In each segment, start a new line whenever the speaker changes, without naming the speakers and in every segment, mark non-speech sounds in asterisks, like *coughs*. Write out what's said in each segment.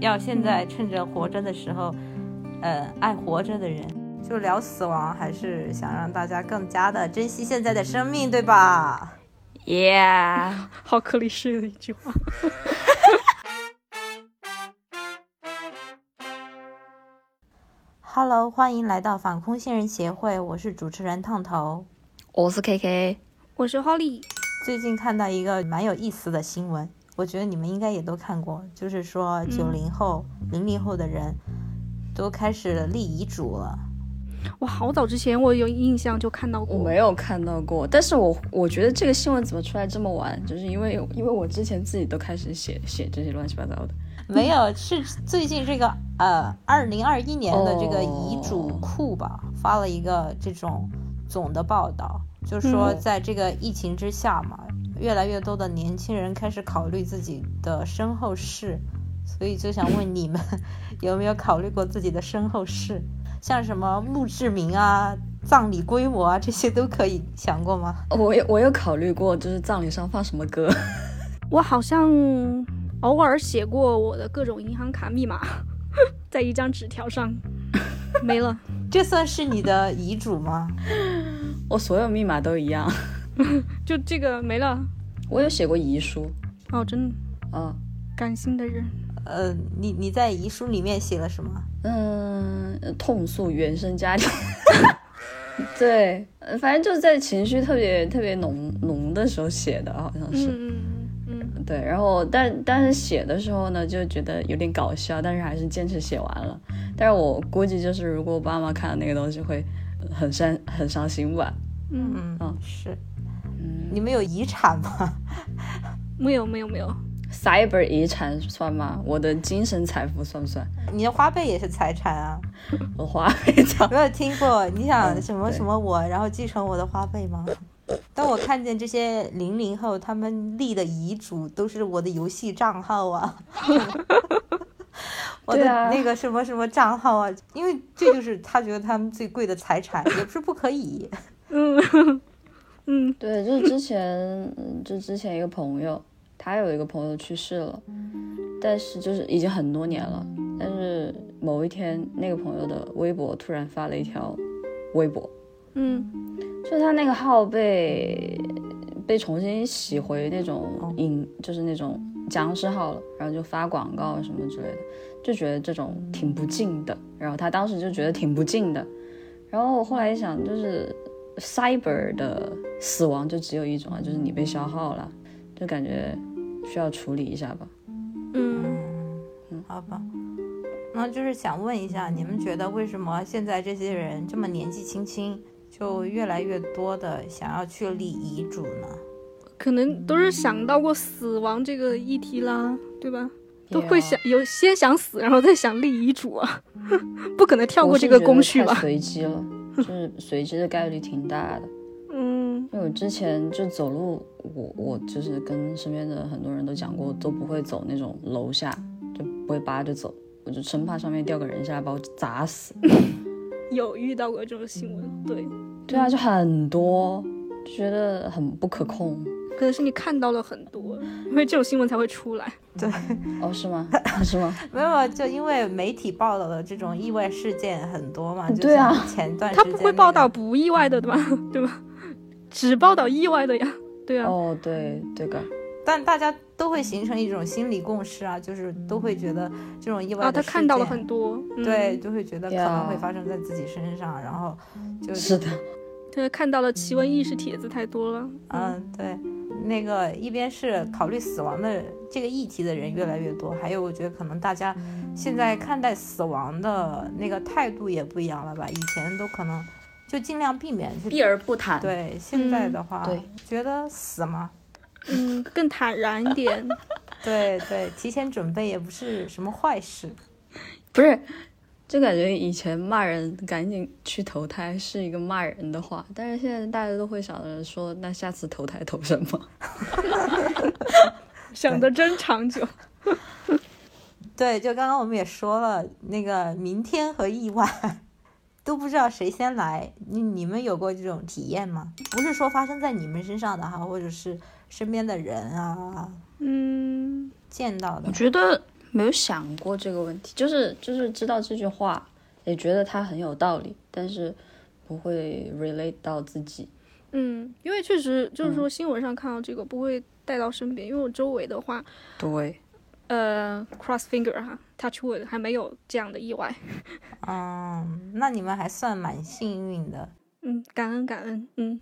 要现在趁着活着的时候，呃，爱活着的人。就聊死亡，还是想让大家更加的珍惜现在的生命，对吧
？Yeah，
好克里式的一句话。
Hello，欢迎来到反空性人协会，我是主持人烫头，
我是 KK，
我是 Holly。
最近看到一个蛮有意思的新闻，我觉得你们应该也都看过，就是说九零后、零零、嗯、后的人都开始立遗嘱了。
我好早之前我有印象就看到过，
我没有看到过，但是我我觉得这个新闻怎么出来这么晚，就是因为因为我之前自己都开始写写这些乱七八糟的，
没有是最近这个呃二零二一年的这个遗嘱库吧、oh. 发了一个这种总的报道，就说在这个疫情之下嘛，嗯、越来越多的年轻人开始考虑自己的身后事，所以就想问你们有没有考虑过自己的身后事？像什么墓志铭啊、葬礼规模啊，这些都可以想过吗？
我有我有考虑过，就是葬礼上放什么歌。 *laughs*
我好像偶尔写过我的各种银行卡密码， *laughs* 在一张纸条上， *laughs* 没了。
这算是你的遗嘱吗？
我所有密码都一样，
就这个没了。
我有写过遗书。
哦，真的。
嗯，
感性的人。
呃，你你在遗书里面写了什么？
嗯，痛诉原生家庭。 *laughs* 对，反正就是在情绪特别特别浓浓的时候写的，好像是。
嗯嗯嗯。
对，然后但但是写的时候呢，就觉得有点搞笑，但是还是坚持写完了。但是我估计就是，如果我爸妈看到那个东西，会很伤很伤心吧。
嗯
嗯，
嗯
是。嗯，你们有遗产吗？
没有没有没有。没有
cyber 遗产算吗？我的精神财富算不算？
你的花呗也是财产啊！
我花呗早
没有听过，你想什么什么我，嗯、然后继承我的花呗吗？当我看见这些零零后他们立的遗嘱都是我的游戏账号啊，我的那个什么什么账号啊，因为这就是他觉得他们最贵的财产，也不是不可以。
嗯嗯，
*laughs* 对，就是之前就之前一个朋友。他有一个朋友去世了，但是就是已经很多年了。但是某一天，那个朋友的微博突然发了一条微博，
嗯，
就他那个号被被重新洗回那种影，就是那种僵尸号了，然后就发广告什么之类的，就觉得这种挺不敬的。然后他当时就觉得挺不敬的。然后我后来一想，就是呃 cyber 的死亡就只有一种啊，就是你被消耗了，就感觉。需要处理一下吧。
嗯，
嗯，好吧。那就是想问一下，你们觉得为什么现在这些人这么年纪轻轻就越来越多的想要去立遗嘱呢？
可能都是想到过死亡这个议题啦，对吧？都
啊
会想有先想死，然后再想立遗嘱啊， *laughs* 不可能跳过这个工序吧？
随机
*laughs*
了，就是随机的概率挺大的。
嗯，
因为我之前就走路，我我就是跟身边的很多人都讲过，都不会走那种楼下，就不会扒着走，我就生怕上面掉个人下来把我砸死。
有遇到过这种新
嗯
闻，对，
对啊，就很多，就觉得很不可控。
可能是你看到了很多，因为这种新闻才会出来。
对，
哦，是吗？ *laughs* 是吗？
没有，啊就因为媒体报道的这种意外事件很多嘛。
对啊，
前段
他不会报道不意外的，对吧？ *laughs* 对吧？只报道意外的呀，对啊，
哦，对，这个，
但大家都会形成一种心理共识啊，就是都会觉得这种意外
啊，他看到了很多，嗯、
对，就会觉得可能会发生在自己身上，然后就是
的，
对，看到了奇闻异事帖子太多了，
嗯，对，那个一边是考虑死亡的这个议题的人越来越多，还有我觉得可能大家现在看待死亡的那个态度也不一样了吧，以前都可能。就尽量避免
避而不谈。
对，现在的话，
对，
觉得死嘛，
嗯，更坦然一
*laughs*
点。 *laughs*
对对，提前准备也不是什么坏事。
不是，就感觉以前骂人赶紧去投胎是一个骂人的话，但是现在大家都会想着说，那下次投胎投什么？
想的真长久。
对，就刚刚我们也说了，那个明天和意外。 *laughs* 都不知道谁先来，你你们有过这种体验吗？不是说发生在你们身上的哈，或者是身边的人啊，
嗯，
见到的。
我觉得
没有想过这个问题，就是就是知道这句话，也觉得它很有道理，但是不会 relate 到自己。
嗯，因为确实就是说新闻上看到这个不会带到身边，因为我周围的话，
对，
呃，cross finger 哈，touch wood 还没有这样的意外。
嗯，那你们还算蛮幸运的。
嗯，感恩感恩，嗯，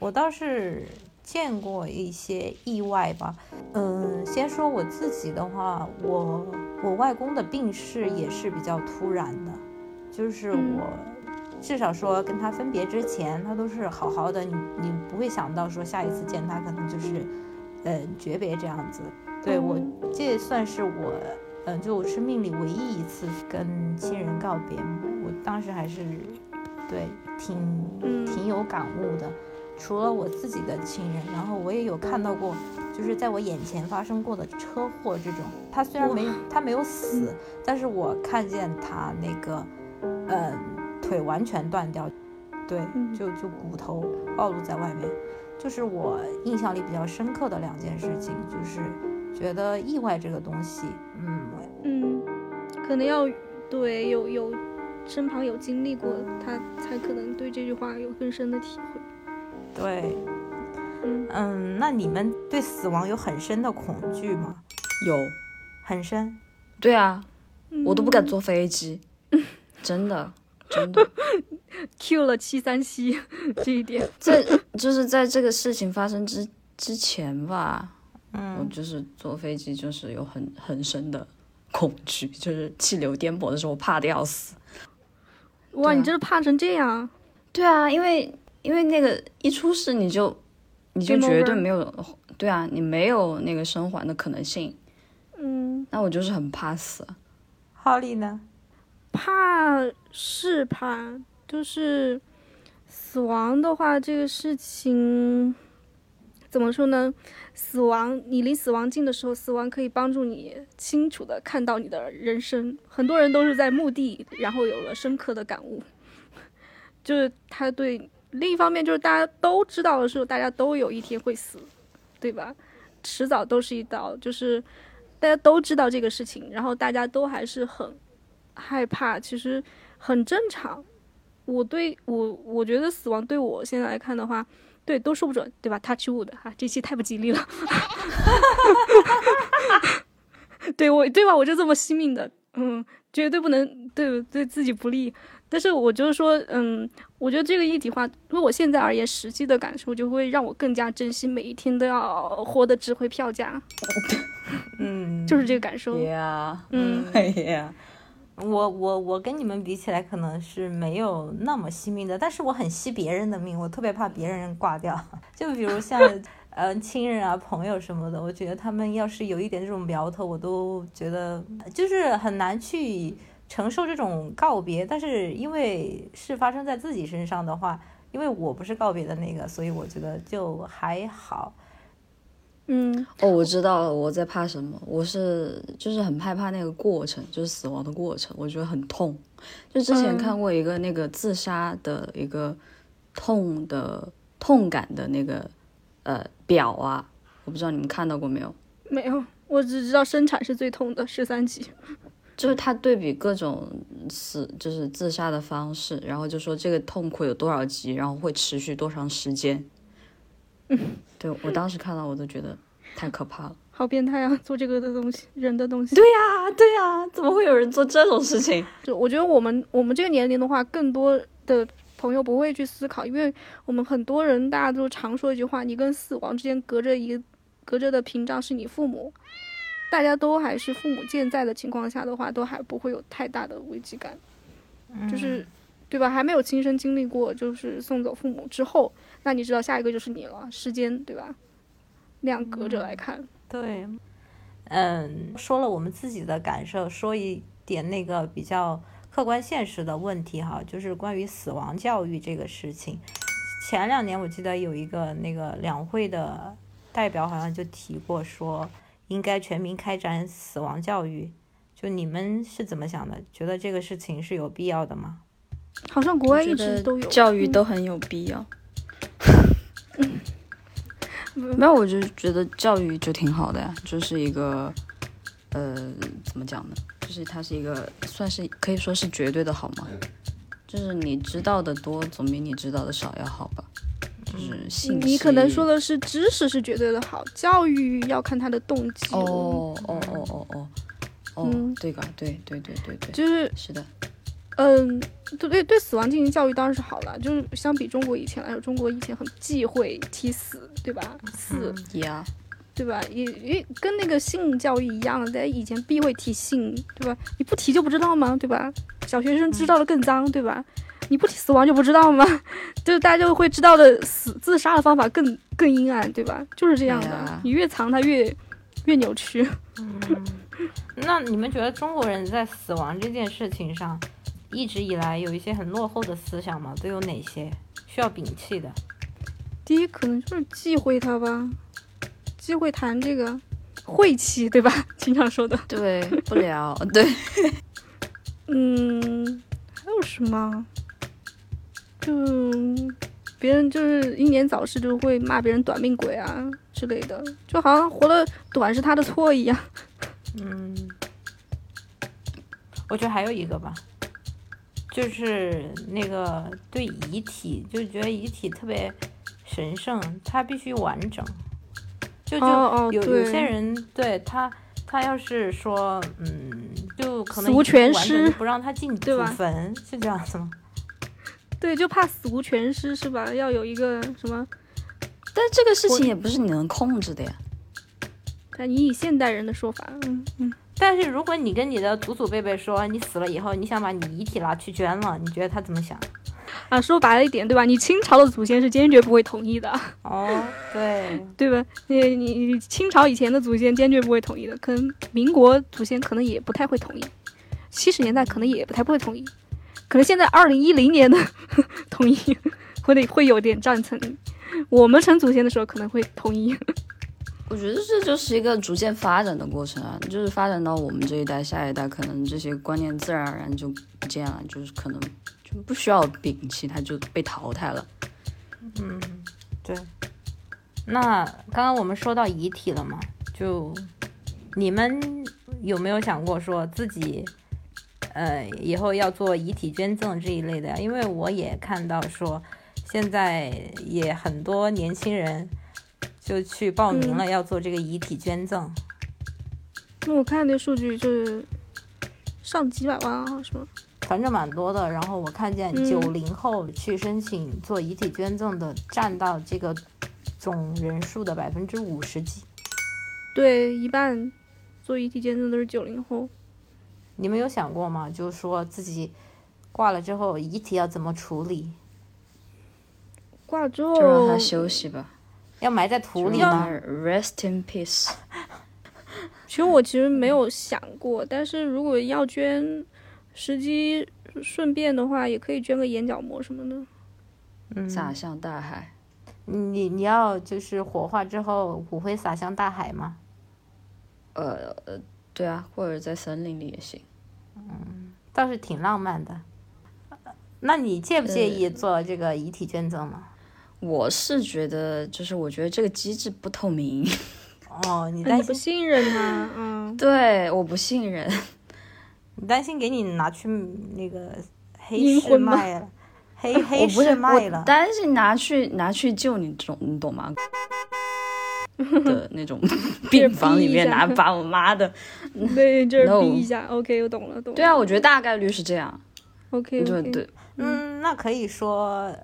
我倒是见过一些意外吧。嗯，先说我自己的话，我我外公的病逝也是比较突然的，就是我至少说跟他分别之前，他都是好好的，你你不会想到说下一次见他可能就是，呃，诀别这样子。对我这算是我，嗯、就我生命里唯一一次跟亲人告别，我当时还是对，挺
嗯
挺有感悟的。除了我自己的亲人，然后我也有看到过，就是在我眼前发生过的车祸这种。他虽然没他没有死，但是我看见他那个，呃，腿完全断掉，对，
嗯
就就骨头暴露在外面。就是我印象里比较深刻的两件事情，就是觉得意外这个东西，嗯，
嗯，可能要对有有身旁有经历过，他才可能对这句话有更深的体会。
对，
嗯
嗯，那你们对死亡有很深的恐惧吗？
有，
很深。
对啊，
嗯
我都不敢坐飞 *laughs* 机，真的，真的，
Q 嗯了七三七这一点。
这就是在这个事情发生之之前吧，我
嗯，
就是坐飞机就是有很很深的恐惧，就是气流颠簸的时候我怕的要死。
哇，
对啊
你这是怕成这样？
对啊，因为因为那个一出事你就你就
Game
绝
over
对没有，对啊，你没有那个生还的可能性。
嗯，
那我就是很怕死，啊
浩利呢？
怕是怕，就是死亡的话，这个事情怎么说呢？死亡，你离死亡近的时候，死亡可以帮助你清楚的看到你的人生。很多人都是在墓地，然后有了深刻的感悟，就是他对。另一方面，就是大家都知道的时候，大家都有一天会死，对吧？迟早都是一道，就是大家都知道这个事情，然后大家都还是很害怕，其实很正常。我对我我觉得死亡对我现在来看的话，对都说不准，对吧？Touch wood 哈、这期太不吉利了。 *laughs* 对我对吧？我就这么惜命的，嗯，绝对不能对对自己不利。但是我就是说，嗯，我觉得这个一体化，对我现在而言，实际的感受就会让我更加珍惜每一天都要活得值回票价，
嗯，
就是这个感受。
呀
嗯， *laughs*
呀，
我我我跟你们比起来，可能是没有那么惜命的，但是我很惜别人的命，我特别怕别人挂掉。 *laughs* 就比如像呃亲人啊、朋友什么的，我觉得他们要是有一点这种苗头，我都觉得就是很难去承受这种告别。但是因为是发生在自己身上的话，因为我不是告别的那个，所以我觉得就还好。
嗯
哦，我知道了，我在怕什么？我是就是很害怕那个过程，就是死亡的过程，我觉得很痛。就之前
嗯
看过一个那个自杀的一个痛的痛感的那个呃表啊，我不知道你们看到过没有？
没有，我只知道生产是最痛的，十三级。
就是他对比各种死，就是自杀的方式，然后就说这个痛苦有多少级，然后会持续多长时 *laughs* 间。对我当时看到我都觉得太可怕了。
好变态啊！做这个的东西，人的东西。
对呀、对呀、怎么会有人做这种事情？
就我觉得我们我们这个年龄的话，更多的朋友不会去思考，因为我们很多人大家都常说一句话：你跟死亡之间隔着一个隔着的屏障是你父母。大家都还是父母健在的情况下的话，都还不会有太大的危机感，就是，对吧？还没有亲身经历过，就是送走父母之后，那你知道下一个就是你了，时间，对吧？那样隔着来看，
对，嗯，说了我们自己的感受，说一点那个比较客观现实的问题哈，就是关于死亡教育这个事情。前两年我记得有一个那个两会的代表好像就提过说，应该全民开展死亡教育。就你们是怎么想的？觉得这个事情是有必要的吗？
好像国外一直都有
教育都很有必
*laughs*
要。没有，我就觉得教育就挺好的呀，就是一个呃，怎么讲呢？就是它是一个算是可以说是绝对的好吗？就是你知道的多，总比你知道的少要好吧？就是信息。
嗯你可能说的是知识是绝对的好，教育要看他的动机。
哦哦哦哦哦哦，
嗯
对吧？对对对对对，
就是
是的，
嗯，对对对，死亡进行教育当然是好了，就是相比中国以前来说，中国以前很忌讳提死，对吧？死，
呀、
对吧？也也跟那个性教育一样的，大家以前避讳提性，对吧？你不提就不知道吗？对吧？小学生知道的更脏，对吧？你不提死亡就不知道吗？ *laughs* 就是大家就会知道的死自杀的方法更更阴暗，对吧？就是这样的，
哎呀
你越藏它越越扭曲。 *laughs*
那你们觉得中国人在死亡这件事情上，一直以来有一些很落后的思想吗？都有哪些需要摒弃的？
第一可能就是忌讳它吧，忌讳谈这个晦气，对吧？ *laughs* 经常说的。
对，不聊，
*laughs*
对，
嗯，还有什么？就别人就是英年早逝，就会骂别人短命鬼啊之类的，就好像活得短是他的错一样。 *laughs*
嗯，我觉得还有一个吧，就是那个对遗体，就觉得遗体特别神圣，它必须完整。就就有、
哦哦
有
对
些人对他，他要是说，嗯，就可能
死无
遗体不完
全
整
尸
就不让他进
对
祖
吧
坟，是这样子吗？
对，就怕死无全尸是吧？要有一个什么？
但这个事
我
情也不是你能控制的呀。
但你以现代人的说法，嗯嗯，
但是如果你跟你的祖祖辈辈说你死了以后，你想把你遗体拿去捐了，你觉得他怎么想？
啊，说白了一点，对吧？你清朝的祖先是坚决不会同意的。
哦，对，
对吧？你你你清朝以前的祖先坚决不会同意的，可能民国祖先可能也不太会同意，七十年代可能也不太会同意，可能现在二零一零年的 *laughs* 同意会得会有点断层。我们成祖先的时候可能会同意，
我觉得这就是一个逐渐发展的过程啊，就是发展到我们这一代、下一代，可能这些观念自然而然就不见了，就是可能就不需要摒弃，它就被淘汰了。
嗯，对。那刚刚我们说到遗体了嘛，就你们有没有想过说自己，呃，以后要做遗体捐赠这一类的呀？因为我也看到说，现在也很多年轻人就去报名了，要做这个遗体捐赠。
那我看那数据就是上几百万啊，什么？
反正蛮多的。然后我看见
嗯
九零后去申请做遗体捐赠的，占到这个总人数的百分之五十几。
对，一半做遗体捐赠都是九零后。
你们有想过吗？就是说自己挂了之后，遗体要怎么处理？
挂了之
就让它
后，
休息吧，
要埋在土里
就让
吗
它？rest in peace。
其实我其实没有想过，但是如果要捐，时机顺便的话，也可以捐个眼角膜什么的。哎
嗯，
洒向大海。
你你要就是火化之后，骨灰撒向大海吗？
呃呃，对啊，或者在森林里也行。
倒是挺浪漫的。那你介不介意做这个遗体捐赠呢？
我是觉得，就是我觉得这个机制不透明， *laughs*
哦，你
哎
担
你不
心
信任他，嗯，
对，我不信任。
你担心给你拿去那个黑
阴
市
婚吗
卖了，黑黑
我哎不是
市卖
我
了。
担心拿去拿去救你这种，你懂吗？的那种病房里面拿把我妈的，
对，就是
No
逼一下。OK，我懂了，懂了。
对啊，我觉得大概率是这样，
，OK，
对对，
嗯，那可以说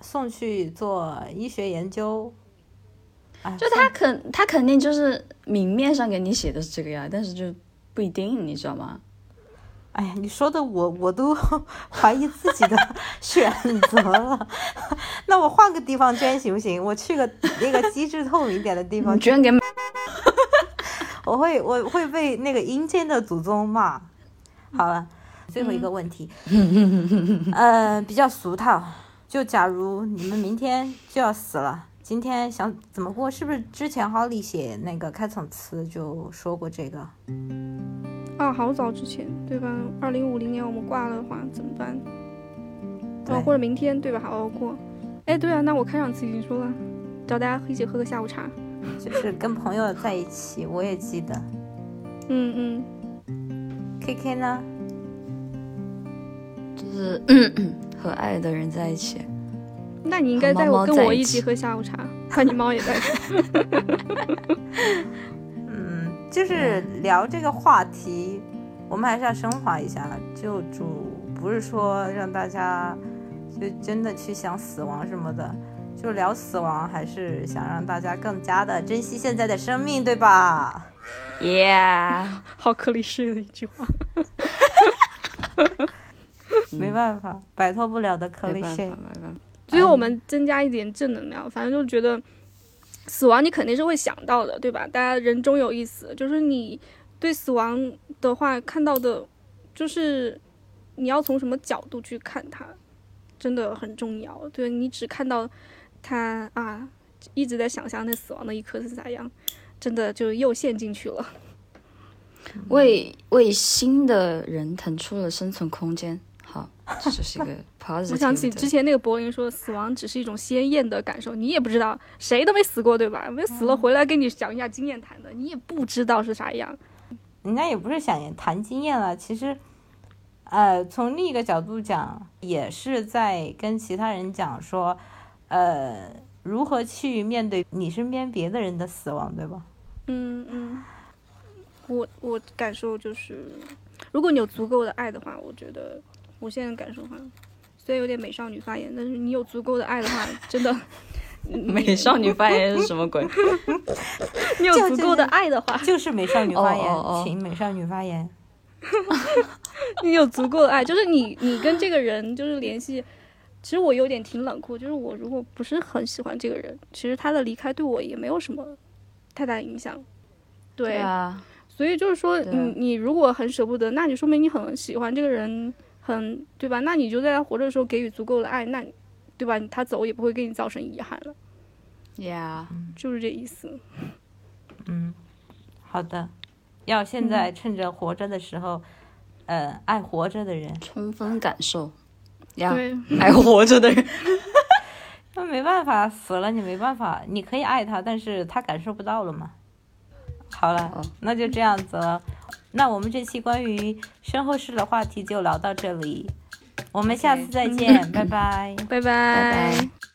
送去做医学研究。哎，
就他肯他肯定就是明面上给你写的是这个呀，但是就不一定，你知道吗？
哎呀，你说的我我都 *laughs* 怀疑自己的 *laughs* 选择了。 *laughs* 那我换个地方捐行不行？我去个那个机制透明点的地方
你，捐给
我会我会被那个阴间的祖宗骂。好了，最后一个问题，呃，比较俗套，就假如你们明天就要死了，今天想怎么过？是不是之前 Holly 写那个开场词就说过这个？
啊，好早之前，对吧？二零五零年我们挂了的话怎么办？
对
哦，或者明天，对吧？好好过。哎，对啊，那我开场词已经说了，找大家一起喝个下午茶。
就是跟朋友在一起，我也记得。
嗯嗯，
K K 呢？
*coughs*
就是和爱的人在一起。
那你应该
和猫
带我
猫
跟
在
我
一
一起
起
喝下午茶，把你猫也带上。
嗯，就是聊这个话题，我们还是要升华一下，就主不是说让大家就真的去想死亡什么的，就聊死亡，还是想让大家更加的珍惜现在的生命，对吧？
Yeah，
*laughs* 好克里式的一句话。
没办法，摆脱不了的 *laughs* c l
没
i
办
c
法，没办法。
最后我们增加一点正能量，反正就觉得死亡你肯定是会想到的，对吧？大家人终有一死，就是你对死亡的话看到的，就是你要从什么角度去看它，真的很重要。对你只看到它啊，一直在想象那死亡的一刻是咋样，真的就又陷进去了。
为为新的人腾出了生存空间。好，这就是一个 positive
我想起
的
之前那个柏林说，死亡只是一种鲜艳的感受，你也不知道，谁都没死过，对吧？没死了回来跟你讲一下经验谈的，你也不知道是啥样。
人家也不是想谈经验了，其实，呃，从另一个角度讲，也是在跟其他人讲说，呃，如何去面对你身边别的人的死亡，对吧？
嗯嗯，我我感受就是，如果你有足够的爱的话，我觉得我现在感受哈，虽然有点美少女发言，但是你有足够的爱的话，真的，
*laughs* 美少女发言是什么鬼？
*laughs* 你有
就
足
是
够的爱的
*laughs*
话，
就是美少女发言，
哦哦哦
请美少女发言。
你有足够的爱，就是你你跟这个人就是联系。其实我有点挺冷酷，就是我如果不是很喜欢这个人，其实他的离开对我也没有什么太大影响。
*laughs*
对
啊，
所以就是说，
对
你你如果很舍不得，那你说明你很喜欢这个人，很对吧？那你就在他活着的时候给予足够的爱，那对吧？他走也不会给你造成遗憾了，
Yeah，
啊就是这意思。
嗯，好的，要现在趁着活着的时候，呃，爱活着的人。
充分感受。Yeah，
对，
还活着的人。
那没办法，死了你没办法，你可以爱他，但是他感受不到了嘛。好了
好，
那就这样子了。那我们这期关于身后事的
嗯
话题就聊到这里，我们下次再见，拜拜。
拜拜。
拜